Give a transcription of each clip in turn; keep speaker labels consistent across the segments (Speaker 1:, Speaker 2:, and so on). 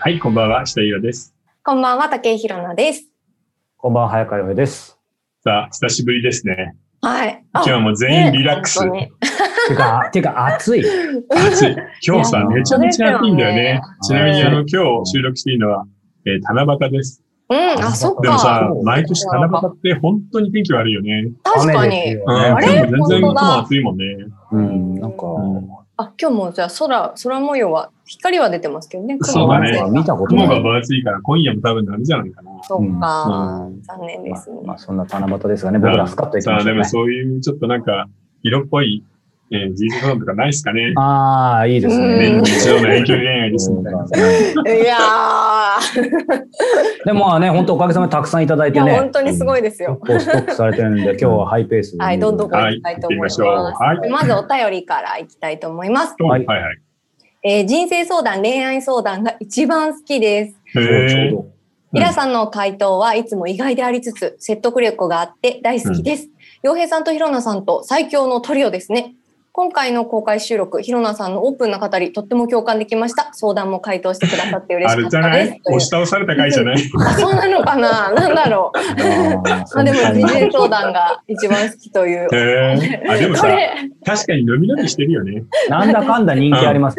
Speaker 1: はい、こんばんは、下井です。
Speaker 2: こんばんは、竹井ひろなです。
Speaker 3: こんばんは、早川洋平です。
Speaker 1: さあ、久しぶりですね。
Speaker 2: はい。あ
Speaker 1: 今日はもう全員リラックス。
Speaker 2: ね本
Speaker 3: ていうか、 ていうか暑い。
Speaker 2: 当に
Speaker 1: 暑い。今日さ、
Speaker 3: いや
Speaker 1: めちゃめちゃ暑いんだよね。ち
Speaker 3: そう
Speaker 1: な
Speaker 3: で
Speaker 1: み
Speaker 3: す
Speaker 1: に、
Speaker 3: よ
Speaker 1: あ
Speaker 3: ね
Speaker 1: の、今日収録しているのは、えー七夕です。
Speaker 2: うん、あ、そっ
Speaker 1: でも
Speaker 2: か。
Speaker 1: さ、毎年七夕って本当に天気悪いよね。
Speaker 2: 確か
Speaker 3: 雨で
Speaker 2: に。
Speaker 3: すよね
Speaker 1: うん、
Speaker 2: あれ
Speaker 1: でも全然
Speaker 2: 本当だ
Speaker 1: 雲暑いもんね。
Speaker 3: うん、なんか、
Speaker 1: うん
Speaker 2: あ、今日もじゃあ空、空模様は、光は出てますけどね。
Speaker 1: そうだね
Speaker 2: 雲は
Speaker 3: 見たこと
Speaker 1: 雲
Speaker 3: な
Speaker 1: が
Speaker 3: い。
Speaker 1: 分厚いから、今夜も多分なるじゃないかな。
Speaker 2: そう
Speaker 3: う
Speaker 2: か。
Speaker 3: ん
Speaker 2: 残念で
Speaker 3: まあ
Speaker 2: すね、。
Speaker 3: まあ、そんな七夕ですがね、僕らスカッといき
Speaker 1: さ
Speaker 3: ま
Speaker 1: あ、
Speaker 3: しょ
Speaker 1: で
Speaker 3: うね
Speaker 1: も。そういうちょっとなんか、色っぽい、えー、ジーズソンとかないですかね。
Speaker 3: ああ、いいです
Speaker 2: う
Speaker 1: 年
Speaker 3: ね
Speaker 2: ん。
Speaker 1: に一度の遠距離恋愛です みたいな。
Speaker 2: いやー、
Speaker 3: でもまあね、本当おかげさまでたくさんいただい
Speaker 2: い
Speaker 3: て
Speaker 2: や、
Speaker 3: ね。
Speaker 2: 本当にすごいですよ。
Speaker 3: 結構ストックされてるんで、今日はハイペースで。
Speaker 2: はい、どんどんこ
Speaker 1: は
Speaker 2: れ
Speaker 1: い
Speaker 2: いきたいと思います。
Speaker 1: 行ってみましょうはい
Speaker 2: まずお便りからいきたいと思います。
Speaker 1: は
Speaker 3: はいい
Speaker 1: はいはい。
Speaker 2: えー人生相談、恋愛相談が一番好きです。
Speaker 1: へ
Speaker 3: ち
Speaker 1: ー
Speaker 3: ょう
Speaker 2: イラさんの回答はいつも意外でありつつ説得力があって大好きです。洋、平さんとひろなさんと最強のトリオですね。今回の公開収録、ひろなさんのオープンな語り、とっても共感できました。相談も回答してくださって嬉
Speaker 1: あ
Speaker 2: しか
Speaker 1: れ
Speaker 2: っ
Speaker 1: じゃ
Speaker 2: た
Speaker 1: な
Speaker 2: です
Speaker 1: い。押し倒された回じゃない
Speaker 2: あ、そうなのかな なんだろう。
Speaker 3: どあー
Speaker 2: ま
Speaker 3: そ
Speaker 2: あ
Speaker 3: ん
Speaker 2: で
Speaker 3: な
Speaker 2: も
Speaker 3: 感じ
Speaker 2: 人生相談が一番好きという。こ
Speaker 1: へーあ、でもさ、
Speaker 2: れ、
Speaker 1: 確かに伸び伸びしてるよ ね。
Speaker 3: なんだかんだ人気あります。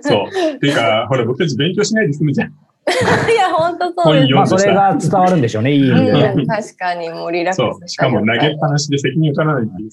Speaker 1: そう。ていうか、ほら、僕たち勉強しないで済むじゃん。
Speaker 2: いや、本当そうで
Speaker 1: 本
Speaker 2: す。
Speaker 3: まあ、それが伝わるんでしょうね、いい意味でね。
Speaker 2: うん、確かに、もうリラックス
Speaker 1: そ
Speaker 2: た
Speaker 1: う。しかも投げっぱなしで責任を取らないっていう。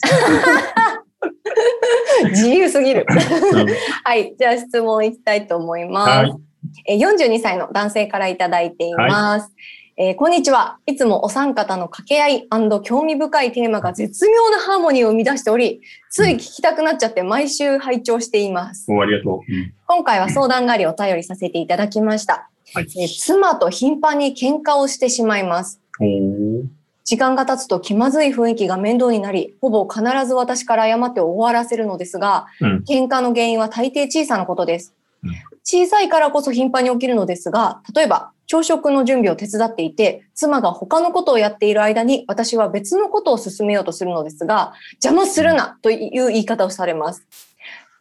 Speaker 2: 自由すぎる。
Speaker 1: うん
Speaker 2: はい、じゃあ質問いきたいと思います。
Speaker 1: はい
Speaker 2: えー42歳の男性からいただいています。えーこんにちは。いつもお三方の掛け合い興味深いテーマが絶妙なハーモニーを生み出しており、つい聞きたくなっちゃって毎週拝聴しています。
Speaker 1: おありがとう。
Speaker 2: 今回は相談がありお便りさせていただきました。
Speaker 1: はい
Speaker 2: えー妻と頻繁に喧嘩をしてしまいます。
Speaker 1: おー
Speaker 2: 時間が経つと気まずい雰囲気が面倒になり、ほぼ必ず私から謝って終わらせるのですが、
Speaker 1: うん
Speaker 2: 喧嘩の原因は大抵小さなことです
Speaker 1: うん。
Speaker 2: 小さいからこそ頻繁に起きるのですが、例えば朝食の準備を手伝っていて、妻が他のことをやっている間に私は別のことを進めようとするのですが、邪魔するなという言い方をされます。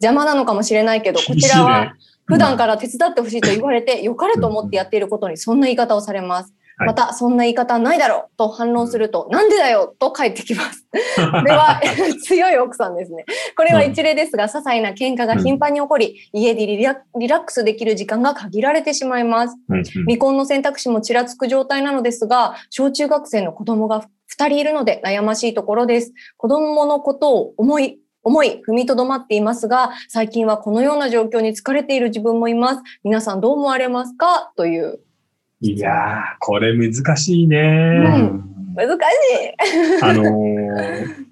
Speaker 2: 邪魔なのかもしれないけど、こ
Speaker 1: 厳
Speaker 2: ち
Speaker 1: しい
Speaker 2: ら
Speaker 1: ね
Speaker 2: は。普段から手伝ってほしいと言われて、良かれと思ってやっていることにそんな言い方をされます。
Speaker 1: はい
Speaker 2: また、そんな言い方ないだろうと反論すると、なんでだよと返ってき ます。これは強い奥さんですね。これは一例ですが、些細な喧嘩が頻繁に起こり、家でリラリラックスできる時間が限られてしまいます。
Speaker 1: うんうん
Speaker 2: 離婚の選択肢もちらつく状態なのですが、小中学生の子供が2人いるので悩ましいところです。子供のことを思い、思い、踏みとどまっていますが、最近はこのような状況に疲れている自分もいます。皆さんどう思われますかという。
Speaker 1: いやー、これ難しいね
Speaker 2: うん
Speaker 3: うん
Speaker 2: 難し
Speaker 1: あのー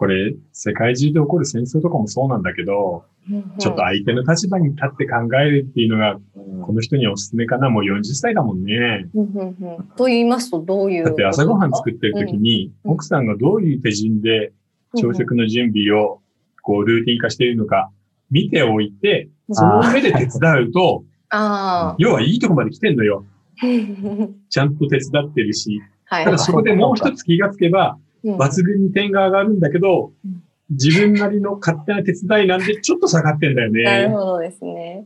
Speaker 1: これ、世界中で起こる戦争とかもそうなんだけど、
Speaker 2: い。
Speaker 1: ちょっと相手の立場に立って考えるっていうのが、この人にはおすすめかな。もう40歳だもんね。
Speaker 2: うんうんうんと言いますとどういう
Speaker 1: だって朝ごはん
Speaker 2: っ
Speaker 1: 作ってる時に、
Speaker 2: うん
Speaker 1: 奥さんがどういう手順で朝食の準備をこうルーティン化しているのか見ておいて、その上で手伝うと、
Speaker 2: あ
Speaker 1: 要はいいとこまで来てんのよ。
Speaker 2: あ。
Speaker 1: ちゃんと手伝ってるし。
Speaker 2: はい
Speaker 1: ただそこでもう一つ気がつけば、
Speaker 2: うん
Speaker 1: 抜群に点が上がるんだけど
Speaker 2: うん、
Speaker 1: 自分なりの勝手な手伝いなんでちょっと下がってんだよ
Speaker 2: な
Speaker 1: ね。
Speaker 2: るほどですね。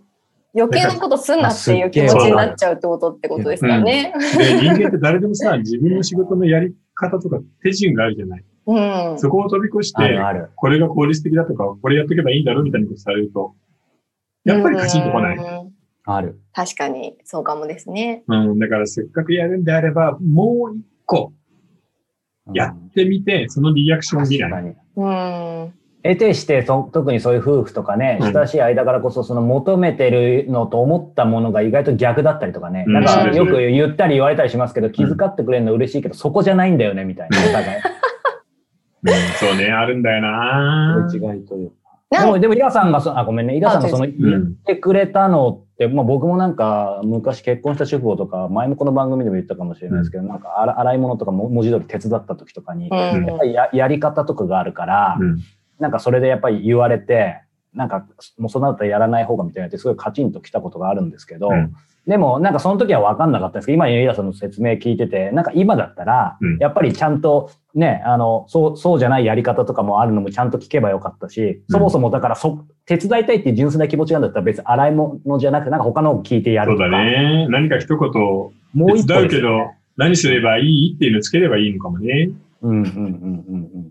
Speaker 2: 余計なことすんなっていう気持ちになっちゃうってことってことですかね。
Speaker 1: で、人間って誰でもさ、自分の仕事のやり方とか手順があるじゃない。
Speaker 2: うん。
Speaker 1: そこを飛び越し
Speaker 3: あ
Speaker 1: て
Speaker 3: る、ある。
Speaker 1: これが効率的だとか、これやっとけばいいんだろうみたいなことされると、やっぱりカチンとこない。
Speaker 2: うん
Speaker 3: ある。
Speaker 2: 確かに、そうかもですね。
Speaker 1: うん、だからせっかくやるんであれば、もう一個
Speaker 3: うん
Speaker 1: やってみて、そのリアクションを見ない。
Speaker 3: 確かに
Speaker 2: うん。うん
Speaker 3: 得てしてそ特にそういう夫婦とかね、
Speaker 1: うん
Speaker 3: 親しい間からこそその求めてるのと思ったものが意外と逆だったりとかね、
Speaker 1: うん
Speaker 3: なん
Speaker 2: そう
Speaker 3: か
Speaker 2: です
Speaker 1: ね
Speaker 3: よく言ったり言われたりしますけど、気遣ってくれるの嬉しいけど、そこじゃないんだよねみたいな、お互い。
Speaker 1: うんそうね、あるんだよな
Speaker 3: すれ違いというか
Speaker 2: なん
Speaker 3: でも、でも、イラさんがそ、あ、ごめんね、イラさんがその、
Speaker 1: う
Speaker 3: 言っ
Speaker 1: ん。
Speaker 3: てくれたのって、まあ僕もなんか、昔結婚した主婦とか、前のこの番組でも言ったかもしれないですけど、なんか、あら洗い物とかも文字通り手伝った時とかに、やっぱりややり方とかがあるから、
Speaker 1: うん
Speaker 3: なんかそれでやっぱり言われて、なんかもうその後やらない方がみたいなってすごいカチンときたことがあるんですけど、
Speaker 1: うん
Speaker 3: でも、なんかその時は分かんなかったんですけど、今、ユイラさんの説明聞いてて、なんか今だったら
Speaker 1: うん、
Speaker 3: やっぱりちゃんとね、あの、そう、そうじゃないやり方とかもあるのもちゃんと聞けばよかったし、
Speaker 1: うん
Speaker 3: そもそもだから、そ、手伝いたいっていう純粋な気持ちなんだったら別に洗い物じゃなくて、なんか他のを聞いてや
Speaker 1: そ
Speaker 3: る
Speaker 1: う
Speaker 3: と
Speaker 1: だ
Speaker 3: か。
Speaker 1: ね。何か一言、
Speaker 3: もう一
Speaker 1: 手伝う
Speaker 3: 歩で
Speaker 1: け
Speaker 3: すよ
Speaker 1: ど
Speaker 3: ね。、
Speaker 1: 何すればいいっていうのつければいいのかもね。
Speaker 3: うんうんうんうん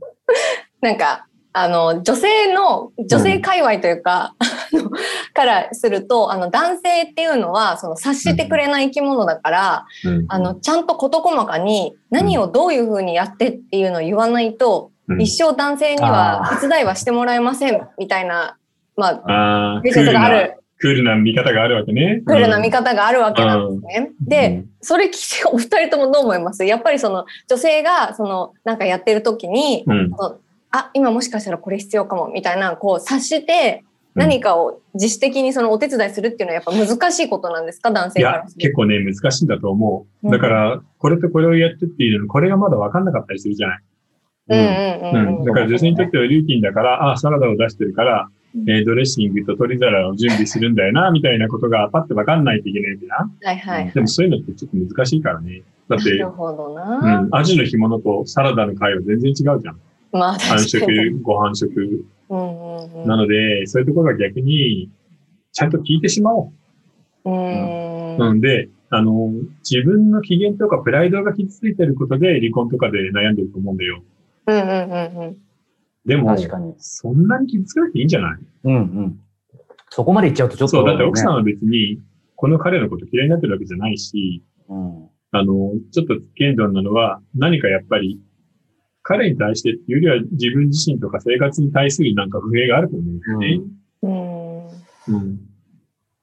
Speaker 2: なんか、あの、女性の、女性界隈というか、あのからすると、あの、男性っていうのは、その、察してくれない生き物だから、
Speaker 1: うん
Speaker 2: あの、ちゃんと事細かに、何をどういうふうにやってっていうのを言わないと、
Speaker 1: うん
Speaker 2: 一生男性には手伝いはしてもらえません、みたいな、まあ、
Speaker 1: ああ、ク
Speaker 2: 見
Speaker 1: ー
Speaker 2: 方
Speaker 1: ル
Speaker 2: が
Speaker 1: な、
Speaker 2: ある、
Speaker 1: クールな見方があるわけね。
Speaker 2: クールな見
Speaker 1: 方。
Speaker 2: 方があるわけなんですね。で、それ聞いて、お二人ともどう思いますやっぱりその女性が、そのなんかやってる時に、
Speaker 1: うん、うん。
Speaker 2: あ、今もしかしたらこれ必要かも、みたいな、こう察して、
Speaker 1: うん
Speaker 2: 何かを自主的にそのお手伝いするっていうのはやっぱ難しいことなんですか男
Speaker 1: い
Speaker 2: 性か
Speaker 1: や
Speaker 2: らす、る
Speaker 1: 結構ね、難しいんだと思
Speaker 2: う
Speaker 1: う。
Speaker 2: ん
Speaker 1: だから、これとこれをやってっていうのに、これがまだ分かんなかったりするじゃない。
Speaker 2: と。う
Speaker 3: うんん
Speaker 2: うんうん
Speaker 1: うん。だから女性にとってはルーティンだから、あ、サラダを出してるから、
Speaker 2: うん
Speaker 1: えードレッシングと鶏皿を準備するんだよな、みたいなことがパッと分かんないといけないんだよな。
Speaker 2: はいはい。
Speaker 1: でもそういうのってちょっと難しいからね。だっ
Speaker 2: な
Speaker 1: て
Speaker 2: る、ほど
Speaker 1: う
Speaker 2: な。
Speaker 1: ん、アジの干物とサラダの貝は全然違うじゃん。
Speaker 2: まあ
Speaker 1: 繁
Speaker 2: 確かに。
Speaker 1: 殖、ご繁殖。
Speaker 2: うんうんうん
Speaker 1: なので、そういうところは逆に、ちゃんと聞いてしまおう。
Speaker 2: うん
Speaker 1: うんで、あの、自分の機嫌とかプライドが傷ついてることで離婚とかで悩んでると思うんだよ。
Speaker 2: うんうんうんうん。
Speaker 1: でも、
Speaker 3: 確かに。
Speaker 1: そんなに傷つかなくていいんじゃない
Speaker 3: うんうん。そこまでいっちゃうとちょっと、
Speaker 1: そう、だって奥さん
Speaker 3: ん。
Speaker 1: は別に、この彼のこと嫌いになってるわけじゃないし、
Speaker 3: うん。
Speaker 1: あの、ちょっと剣道なのは、何かやっぱり、彼に対してっていうよりは自分自身とか生活に対するなんか不平があると思うんだよね。
Speaker 2: うん
Speaker 1: うん。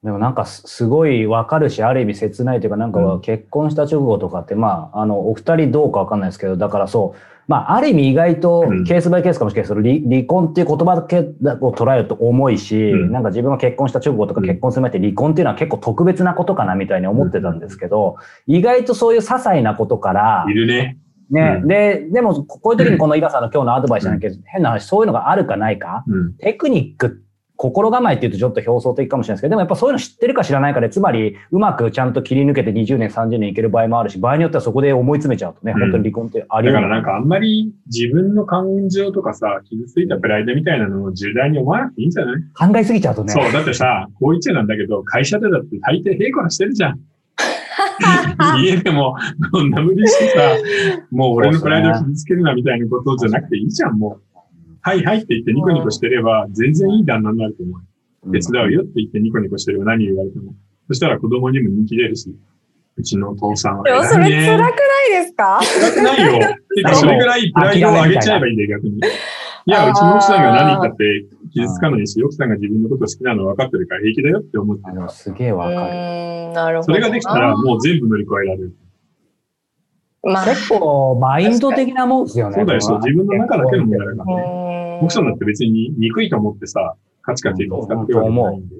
Speaker 3: でもなんかすすごいわかるし、ある意味切ないというか、なん
Speaker 1: う
Speaker 3: か
Speaker 1: ん
Speaker 3: 結婚した直後とかって、まあ、あの、お二人どうかわかんないですけど、だからそう、まあ、ある意味意外と
Speaker 1: うん
Speaker 3: ケースバイケースかもしれないですけど、離離婚っていう言葉だけを捉えると重いし、
Speaker 1: うん
Speaker 3: なんか自分が結婚した直後とか
Speaker 1: うん
Speaker 3: 結婚する前って離婚っていうのは結構特別なことかなみたいに思ってたんですけど、意外とそういう些細なことから
Speaker 1: い、るね。
Speaker 3: ね
Speaker 1: う、ん
Speaker 3: で、でもこういう時にこのイラさんの今日のアドバイスじゃないけど、変な話、そういうのがあるかないか、
Speaker 1: うん。
Speaker 3: テクニック、心構えっていうとちょっと表層的かもしれないですけど、でもやっぱそういうの知ってるか知らないかで、つまり、うまくちゃんと切り抜けて20年、30年いける場合もあるし、場合によってはそこで思い詰めちゃうとね、
Speaker 1: うん
Speaker 3: 本当に離婚ってあり
Speaker 1: だ
Speaker 3: 得
Speaker 1: か
Speaker 3: ない
Speaker 1: らなんかあんまり自分の感情とかさ、傷ついたプライドみたいなのを重大に思わなくていいんじゃない
Speaker 3: 考えすぎちゃうとね。
Speaker 1: そう、だってさ、こう言っちゃなんだけど、会社でだって大抵平行してるじ ゃん。家でも、こんな無理してさ、もう俺のプライドを傷つけるなみたいなことじゃなくていいじゃん、もう。はいはいって言ってニコニコしてれば、全然いい旦那になると思う。
Speaker 3: うん
Speaker 1: 手伝うよって言ってニコニコしてれば何言われても。そしたら子供にも人気出るし、うちのお父さんは
Speaker 2: でもそ
Speaker 1: 偉い
Speaker 2: れ辛
Speaker 1: ね。
Speaker 2: くないですか
Speaker 1: 辛くないよ。てかそれぐらいプライドを上げちゃえばいいんだよ、逆に。いや、うちの奥さんが何言ったって傷つかないし、奥さんが自分のこと好きなの分かってるから平気だよって思って
Speaker 3: あのすげえわかる。
Speaker 2: うんなるほど。
Speaker 1: それができたら、もう全部乗り越えられる。
Speaker 2: まあ、
Speaker 3: 結構、マインド的なもんですよね。
Speaker 1: そうだよ、そう。自分の中だけの問題だからね。
Speaker 2: うん
Speaker 1: 奥さんだって別に憎いと思ってさ、カチカチ使ってるわけじゃないんで。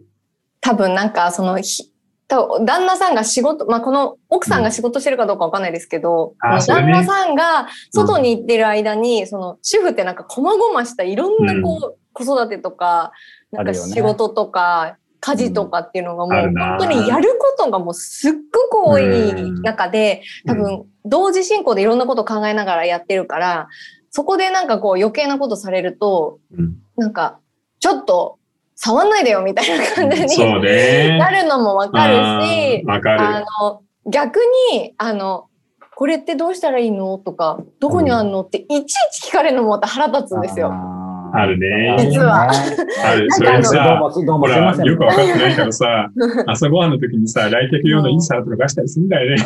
Speaker 2: 多分なんかそのひ多分旦那さんが仕事、まあ、この奥さんが仕事してるかどうかわかんないですけど、
Speaker 1: うんあーそれ
Speaker 2: 旦
Speaker 1: ね
Speaker 2: 那さんが外に行ってる間に、その主婦ってなんか細々したいろんなこう、子育てとか、なんか
Speaker 3: あるよね
Speaker 2: 仕事とか、家事とかっていうのがもう
Speaker 1: あるな
Speaker 2: 本当にやることがもうすっごく多い中で、
Speaker 1: う
Speaker 2: 多
Speaker 1: ん
Speaker 2: 分同時進行でいろんなこと考えながらやってるから、そこでなんかこう余計なことされると、
Speaker 1: うん
Speaker 2: なんか、ちょっと、触んないでよみたいな感じに
Speaker 1: そう ね
Speaker 2: な。るのもわかるし
Speaker 1: うん、わか
Speaker 2: あ
Speaker 1: る。
Speaker 2: の、逆に、あの、これってどうしたらいいのとか、どこにあんのっていちいち聞かれるのもまた腹立つんですよ。
Speaker 3: あー
Speaker 1: あるね
Speaker 2: 実
Speaker 1: あ
Speaker 2: は
Speaker 1: る。それ
Speaker 3: どう
Speaker 1: さ、
Speaker 3: も、どう
Speaker 1: ほ
Speaker 3: も、すい
Speaker 1: ら
Speaker 3: ませ、ん。
Speaker 1: よくわかってないからさ、朝ごはんの時にさ、来客用のいいサラダとか出したりするんだよね。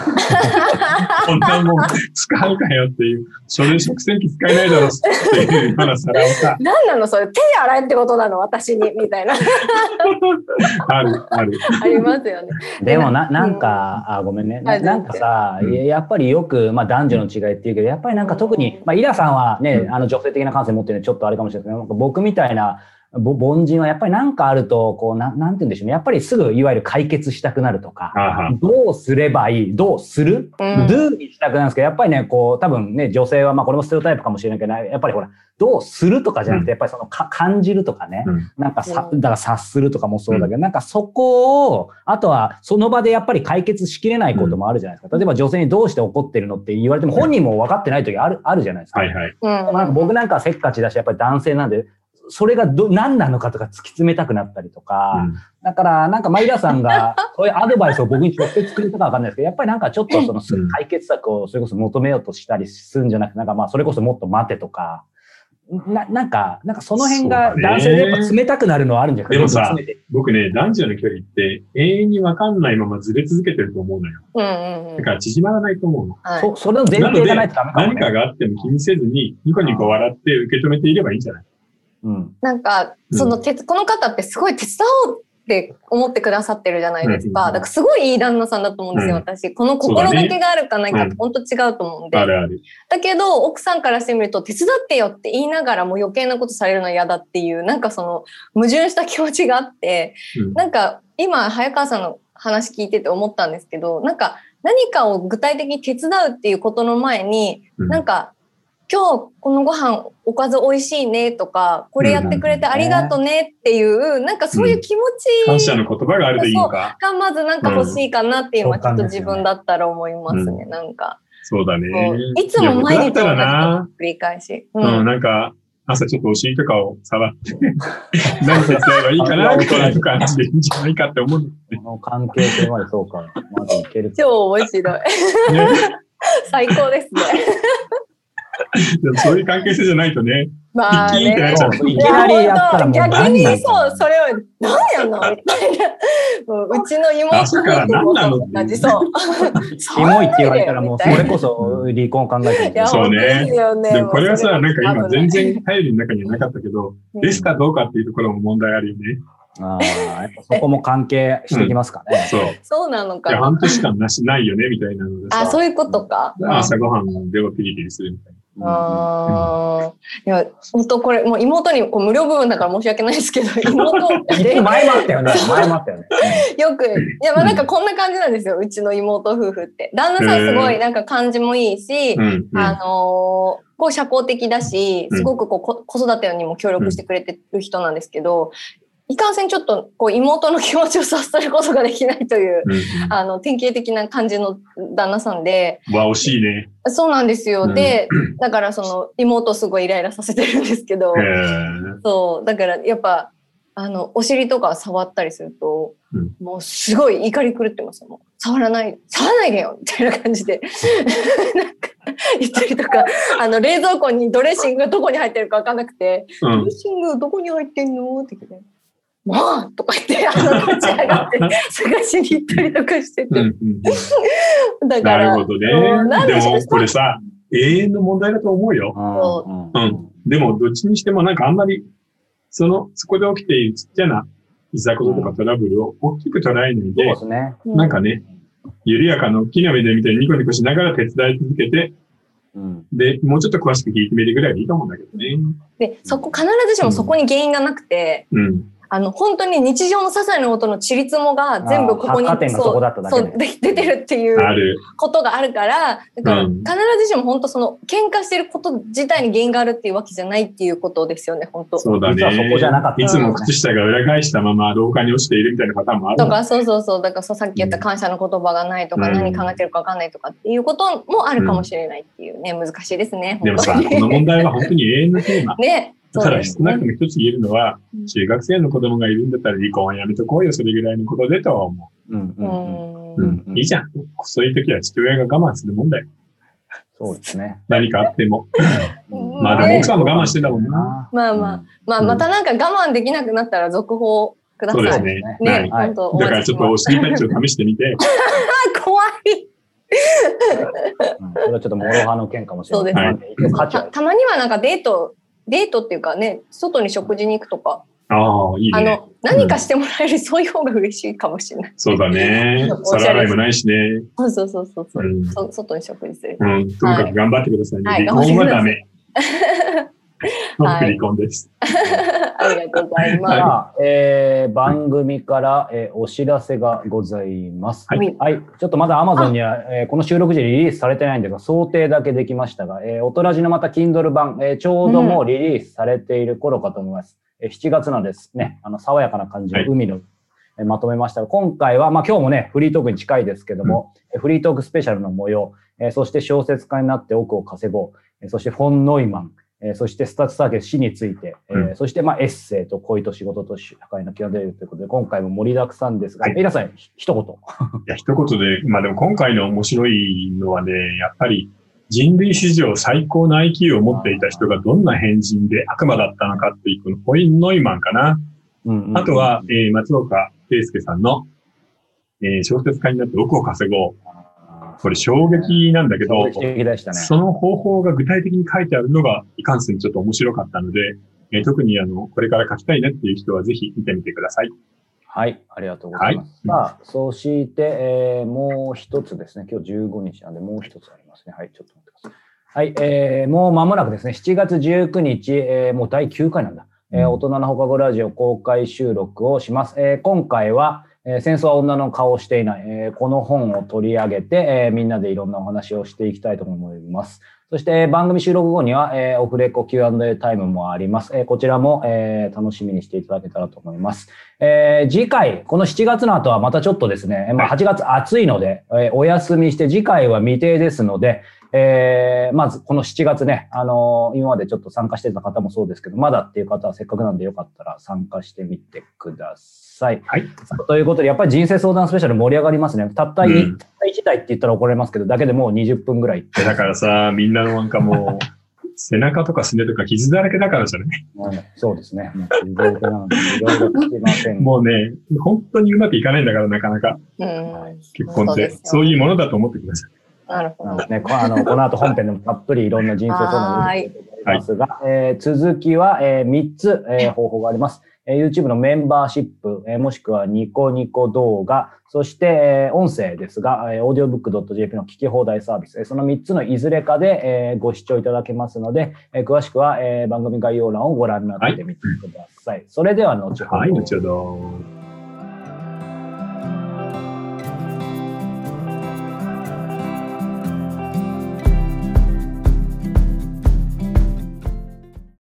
Speaker 1: こんなもん使うかよっていう。それ食洗機使えないだろっていうような皿をさ、
Speaker 2: 何なのそれ、手洗えってことなの私に、み たいな。
Speaker 1: ある、ある。
Speaker 2: ありますよね。
Speaker 3: でもな、なんか、あ、ごめんね。
Speaker 2: は
Speaker 3: ないなんかさ、
Speaker 1: 全然
Speaker 3: ややっぱりよく、まあ男女の違いっていうけど、やっぱりなんか特に、まあイラさんはね
Speaker 1: う、ん
Speaker 3: あの女性的な感性持ってるんでちょっとあれかもしれないですけど、なんか僕みたいな、ぼ凡人はやっぱりなんかあると、こう、なん、なんて言うんでしょうね。やっぱりすぐ、いわゆる解決したくなるとか、
Speaker 1: ああ
Speaker 3: どうすればいいどうする、
Speaker 2: う
Speaker 3: ?do にしたくなるんですけど、やっぱりね、こう、多分ね、女性は、まあこれもステレオタイプかもしれないけど、やっぱりほら、どうするとかじゃなく
Speaker 1: うん
Speaker 3: て、やっぱりそのか、感じるとかね、
Speaker 1: うん
Speaker 3: なんかさ、
Speaker 2: う
Speaker 3: だから察するとかもそうだけど、なんかそこを、あとはその場でやっぱり解決しきれないこともあるじゃないですか。例えば女性にどうして怒ってるのって言われても、本人も分かってない時ある、あるじゃないですか。
Speaker 1: はいはい。
Speaker 2: うん
Speaker 3: でもなんか僕なんかはせっかちだし、やっぱり男性なんで、それがど何なのかとか突き詰めたくなったりとか、
Speaker 1: うん
Speaker 3: だから、なんか、マイラさん が、そういうアドバイスを僕に直接くれたかわかんないですけど、やっぱりなんかちょっとその
Speaker 1: うん
Speaker 3: 解決策をそれこそ求めようとしたりするんじゃなくて、なんかまあ、それこそもっと待てとか、ななんか、なんかその辺が
Speaker 1: そうだね
Speaker 3: 男性でやっぱ冷たくなるのはあるんじゃないですか。
Speaker 1: でもさ僕ね、男女の距離って永遠にわかんないままずれ続けてると思うのよ。
Speaker 2: うんうんう
Speaker 1: だ
Speaker 2: ん
Speaker 1: から縮まらないと思うの。
Speaker 2: はい
Speaker 3: そそれの前提がないとダメかも
Speaker 1: 何
Speaker 3: ね。
Speaker 1: かがあっても気にせずに、ニコニコ笑って受け止めていればいいんじゃない
Speaker 3: うん。
Speaker 2: なんか、
Speaker 1: うん
Speaker 2: そのて、この方ってすごい手伝おうって思ってくださってるじゃないですか。
Speaker 1: うん
Speaker 2: だからすごいいい旦那さんだと思うんですよ、
Speaker 1: うん
Speaker 2: 私。この
Speaker 1: そうだ
Speaker 2: 心
Speaker 1: ね
Speaker 2: がけがあるかないかっ
Speaker 1: う
Speaker 2: て
Speaker 1: ん
Speaker 2: 本当違うと思うんで。
Speaker 1: あるある。
Speaker 2: だけど、奥さんからしてみると、手伝ってよって言いながらも余計なことされるのは嫌だっていう、なんかその矛盾した気持ちがあって、
Speaker 1: うん
Speaker 2: なんか今、早川さんの話聞いてて思ったんですけど、なんか何かを具体的に手伝うっていうことの前に、
Speaker 1: うん
Speaker 2: なんか、今日このご飯おかず美味しいねとか、これやってくれてありがとねっていう、なんかそういう気持
Speaker 1: 感
Speaker 2: ち
Speaker 1: 謝の言葉があるといいのか。
Speaker 2: がまずなんか欲しいかなっていうのはちょっと自分だったら思いますね、
Speaker 1: う
Speaker 2: なんか。
Speaker 1: そうだね
Speaker 2: そう。いつも毎
Speaker 1: だ
Speaker 2: 日
Speaker 1: った
Speaker 2: 同
Speaker 1: ら
Speaker 2: じこと
Speaker 1: な
Speaker 2: 繰。り返し。う
Speaker 1: うん、
Speaker 2: ん。
Speaker 1: なんか、朝ちょっとお尻とかを触って、 何手伝えばいいかな、みたいな感じでいいんじゃないかって思う。
Speaker 3: この関係性までそうか。まだいけるか。
Speaker 2: 超面白い。
Speaker 1: ね、
Speaker 2: 最高です ね。
Speaker 1: でもそういう関係性じゃないとね。
Speaker 2: まあ
Speaker 1: ピキーンってなっ
Speaker 2: ね
Speaker 1: ち。ゃう。
Speaker 3: いきなりやったらもう
Speaker 2: いや本当逆
Speaker 3: 何なん
Speaker 2: に
Speaker 3: だろう
Speaker 2: そう、それを、何やのみたい な。もううちの妹
Speaker 1: 朝から何なのっていう
Speaker 2: 感じそう。
Speaker 3: キモいって言われたらもう、それこそ
Speaker 1: う
Speaker 3: 離婚考えてるん
Speaker 2: いや、
Speaker 3: です
Speaker 1: そうね
Speaker 2: 本当ですよね。
Speaker 1: でもこれはさ、なんか今全
Speaker 2: 危
Speaker 1: 然頼りの中にはなかったけど、
Speaker 2: ない
Speaker 1: でし。かどうかっていうところも問題あるよね。
Speaker 3: ああ、やっぱそこも関係してきますかね。
Speaker 1: そう。
Speaker 2: そうなの
Speaker 1: い
Speaker 2: か
Speaker 1: や、
Speaker 2: な。
Speaker 1: 半年間なし、ないよね、みたいなので
Speaker 2: あ、
Speaker 1: さ。
Speaker 2: そういうことか。
Speaker 1: 朝ごはんでもピリピリするみたい
Speaker 3: うん
Speaker 2: あーいや、本当これ、もう妹にこう無料部分だから申し訳ないですけど、妹を、
Speaker 3: 入れる前もあったよね。前もあったよね。
Speaker 2: よく、いや、まあなんかこんな感じなんですよ、うちの妹夫婦って。旦那さんすごいなんか感じもいいし、
Speaker 1: な。うん。
Speaker 2: あのーこう社交的だし、
Speaker 1: うん
Speaker 2: すごくこうこ子育てにも協力してくれてる人なんですけど、いかんせんちょっとこう妹の気持ちを察することができないという、
Speaker 1: うん。
Speaker 2: あの、典型的な感じの旦那さんで、
Speaker 1: うん。わ、惜しいね。
Speaker 2: そうなんです
Speaker 1: う
Speaker 2: よ。
Speaker 1: ん
Speaker 2: で、だからその妹をすごいイライラさせてるんですけど
Speaker 1: え、ー
Speaker 2: そう、だからやっぱ、あの、お尻とか触ったりすると、
Speaker 1: うん
Speaker 2: もうすごい怒り狂ってます。もう触らない、触らないでよみたいな感じで、なんか言ったりとか、あの、冷蔵庫にドレッシングがどこに入ってるか分かんなくて、
Speaker 1: う
Speaker 2: ドレ
Speaker 1: ん
Speaker 2: ッ。シングどこに入ってんのって聞いて、まあとか言って、あの、立ち上が って探しに行ったりとかして
Speaker 1: うんう
Speaker 2: て、
Speaker 1: ん。
Speaker 2: だか
Speaker 1: な
Speaker 2: ら、
Speaker 1: るほど
Speaker 2: そう
Speaker 1: ね。
Speaker 2: なん
Speaker 1: で
Speaker 2: でしょう
Speaker 1: も、これさ、永遠の問題だと思うよ。
Speaker 3: うんうん
Speaker 1: でも、どっちにしてもなんかあんまり、その、そこで起きているちっちゃないざこととかトラブルを大きく捉えない
Speaker 3: そうで、
Speaker 1: です
Speaker 3: ね。
Speaker 2: う
Speaker 1: なんかね、緩やかな大きな目で見てニコニコしながら手伝い続けて、
Speaker 3: うん。
Speaker 1: で、もうちょっと詳しく聞いてみるぐらいでいいと思うんだけどね。
Speaker 2: で、そこ、必ずしもそこに原因がなくて、
Speaker 1: うん。
Speaker 2: あの、本当に日常の些細な音のちりつもが全部ここに、
Speaker 3: あー百貨店がそこだっただけ
Speaker 2: そ
Speaker 3: で
Speaker 2: う、そうで出てるっていう
Speaker 1: ある。
Speaker 2: ことがあるから、だから
Speaker 1: う
Speaker 2: 必
Speaker 1: ん
Speaker 2: ずしも本当その、喧嘩してること自体に原因があるっていうわけじゃないっていうことですよね、本当。
Speaker 1: そうだね。
Speaker 3: 実はそこじゃなかった
Speaker 1: いつも靴下が裏返したまま廊下に落ちているみたいなパターンもある
Speaker 2: とか、そうそうそう、だからそうさっき言った感謝の言葉がないとか、
Speaker 1: うん
Speaker 2: 何考えてるかわかんないとかっていうこともあるかもしれないっていうね、難しいですね、
Speaker 1: でも
Speaker 2: 本当
Speaker 1: さ、
Speaker 2: に。。
Speaker 1: この問題は本当に永遠のテー マ
Speaker 2: ね、
Speaker 1: ただ、少なく
Speaker 2: ね
Speaker 1: とも一つ言えるのは、中学生の子供がいるんだったら離婚はやめとこうよ、それぐらいのことでとは思
Speaker 3: うん
Speaker 2: う
Speaker 3: う
Speaker 2: ん
Speaker 3: んうん。
Speaker 1: う。
Speaker 3: う
Speaker 1: うんん。いいじゃん。そういう時は父親が我慢するもんだよ。
Speaker 3: そうですね。
Speaker 1: 何かあっても。
Speaker 2: うん
Speaker 1: まあでも奥さんも我慢してたもんな。
Speaker 3: な。
Speaker 2: まあまあ、まあ、またなんか我慢できなくなったら続報くださ
Speaker 1: そう
Speaker 2: い。
Speaker 1: です
Speaker 3: そうで
Speaker 1: ね
Speaker 3: すね。
Speaker 2: ね、
Speaker 3: はい
Speaker 2: 本当お
Speaker 1: だか
Speaker 2: 待
Speaker 1: らち
Speaker 2: ちし
Speaker 1: ょっとお
Speaker 2: ます。
Speaker 1: 尻タッチを試してみて、
Speaker 2: 怖い。
Speaker 3: うん。これはちょっとモロハの件かもしれない。
Speaker 1: そう
Speaker 3: ですね。一応価値
Speaker 2: た
Speaker 3: は
Speaker 2: たまにはなんかデート、デートっていうかね、外に食事に行くとか、
Speaker 1: ああ、いい
Speaker 2: あ
Speaker 1: ね。
Speaker 2: の、何かしてもらえる、そういう方が嬉しいかもしれない。
Speaker 1: そうだね。皿洗いもないしね。
Speaker 2: そうそうそうそう
Speaker 1: う
Speaker 2: そう、
Speaker 1: ん。
Speaker 2: そ外に食事する。
Speaker 1: うん。とにかく頑張ってくださいね。
Speaker 2: はい
Speaker 1: 離婚はダメ。
Speaker 2: はい
Speaker 1: 僕離婚です。
Speaker 2: あありがとうございます。
Speaker 3: さあ、えー番組から、えーお知らせがございます。
Speaker 1: はい
Speaker 3: はい。ちょっとまだ Amazon には、えーこの収録時リリースされてないんですが、想定だけできましたが、えー、おとらじのまた Kindle 版、えーちょうどもうリリースされている頃かと思います。えー7月なんですね。あの、爽やかな感じの
Speaker 1: はい
Speaker 3: 海の、えーまとめましたが、今回は、まあ今日もね、フリートークに近いですけども、えーフリートークスペシャルの模様、えーそして小説家になって億を稼ごう、えーそしてフォン・ノイマン、えーそしてスタッツサーケル死について、えー
Speaker 1: う
Speaker 3: そしてまあエッセイと恋と仕事と社会の基本でということで、今回も盛りだくさんですが、
Speaker 1: は
Speaker 3: え
Speaker 1: い
Speaker 3: 皆さん、ひ一言。
Speaker 1: いや、一言で、まあでも今回の面白いのはね、やっぱり人類史上最高の IQ を持っていた人がどんな変人で悪魔だったのかっていう、このホイン・ノイマンかな。
Speaker 3: うんうん
Speaker 1: あとは、えー松岡圭介さんの、えー小説家になって億を稼ごう。
Speaker 3: あー
Speaker 1: これ衝撃なんだけど
Speaker 3: 衝、撃的でしたね。
Speaker 1: その方法が具体的に書いてあるのが、いかんせんちょっと面白かったので、えー特にあの、これから書きたいなっていう人はぜひ見てみてください。
Speaker 3: はい、ありがとうございます。
Speaker 1: はい
Speaker 3: さあ、そして、えーもう一つですね、今日15日なんで、もう一つありますね。はい、ちょっと待ってください。はい、えーもう間もなくですね、7月19日、えーもう第9回なんだ。えー
Speaker 1: うん
Speaker 3: 大人の放課後ラジオ公開収録をします。えー今回は、えー戦争は女の顔をしていない、えーこの本を取り上げて、えーみんなでいろんなお話をしていきたいと思います。そして、えー番組収録後には、えーオフレコ Q&A タイムもあります。えーこちらも、えー楽しみにしていただけたらと思います。えー次回、この7月の後はまたちょっとですね、まあ、8月暑いので、えーお休みして、次回は未定ですので、えーまずこの7月ね、あのー今までちょっと参加してた方もそうですけど、まだっていう方はせっかくなんでよかったら参加してみてください。
Speaker 1: はい。
Speaker 3: ということで、やっぱり人生相談スペシャル盛り上がりますね。たった
Speaker 1: うん
Speaker 3: 1台って言ったら怒られますけど、だけでもう20分ぐらい。
Speaker 1: でだからさ、みんなのなんかもう、 背中とかすねとか傷だらけだからじゃね。
Speaker 3: うんそうですね。もう、いろいろなので、いろいろ聞きませんが。
Speaker 1: もうね、本当にうまくいかないんだから、なかなか
Speaker 2: うん
Speaker 1: 結婚
Speaker 2: そ
Speaker 1: っ
Speaker 2: うで
Speaker 1: て。
Speaker 2: すよね
Speaker 1: そういうものだと思ってください。
Speaker 2: なるほ
Speaker 3: なん
Speaker 2: ど
Speaker 3: で。すね、こあ のこの後本編でもたっぷりいろんな人生相談を
Speaker 2: は
Speaker 3: 受
Speaker 2: い
Speaker 3: けていただきますが、えー続きは、え3つ、えー方法があります。えー YouTube のメンバーシップ、えーもしくはニコニコ動画、そして、えー音声ですが、えー audiobook.jp の聞き放題サービス、えーその3つのいずれかで、えーご視聴いただけますので、えー詳しくは、えー番組概要欄をご覧になってみてください。それでは後ほど。
Speaker 1: はい、後ほど。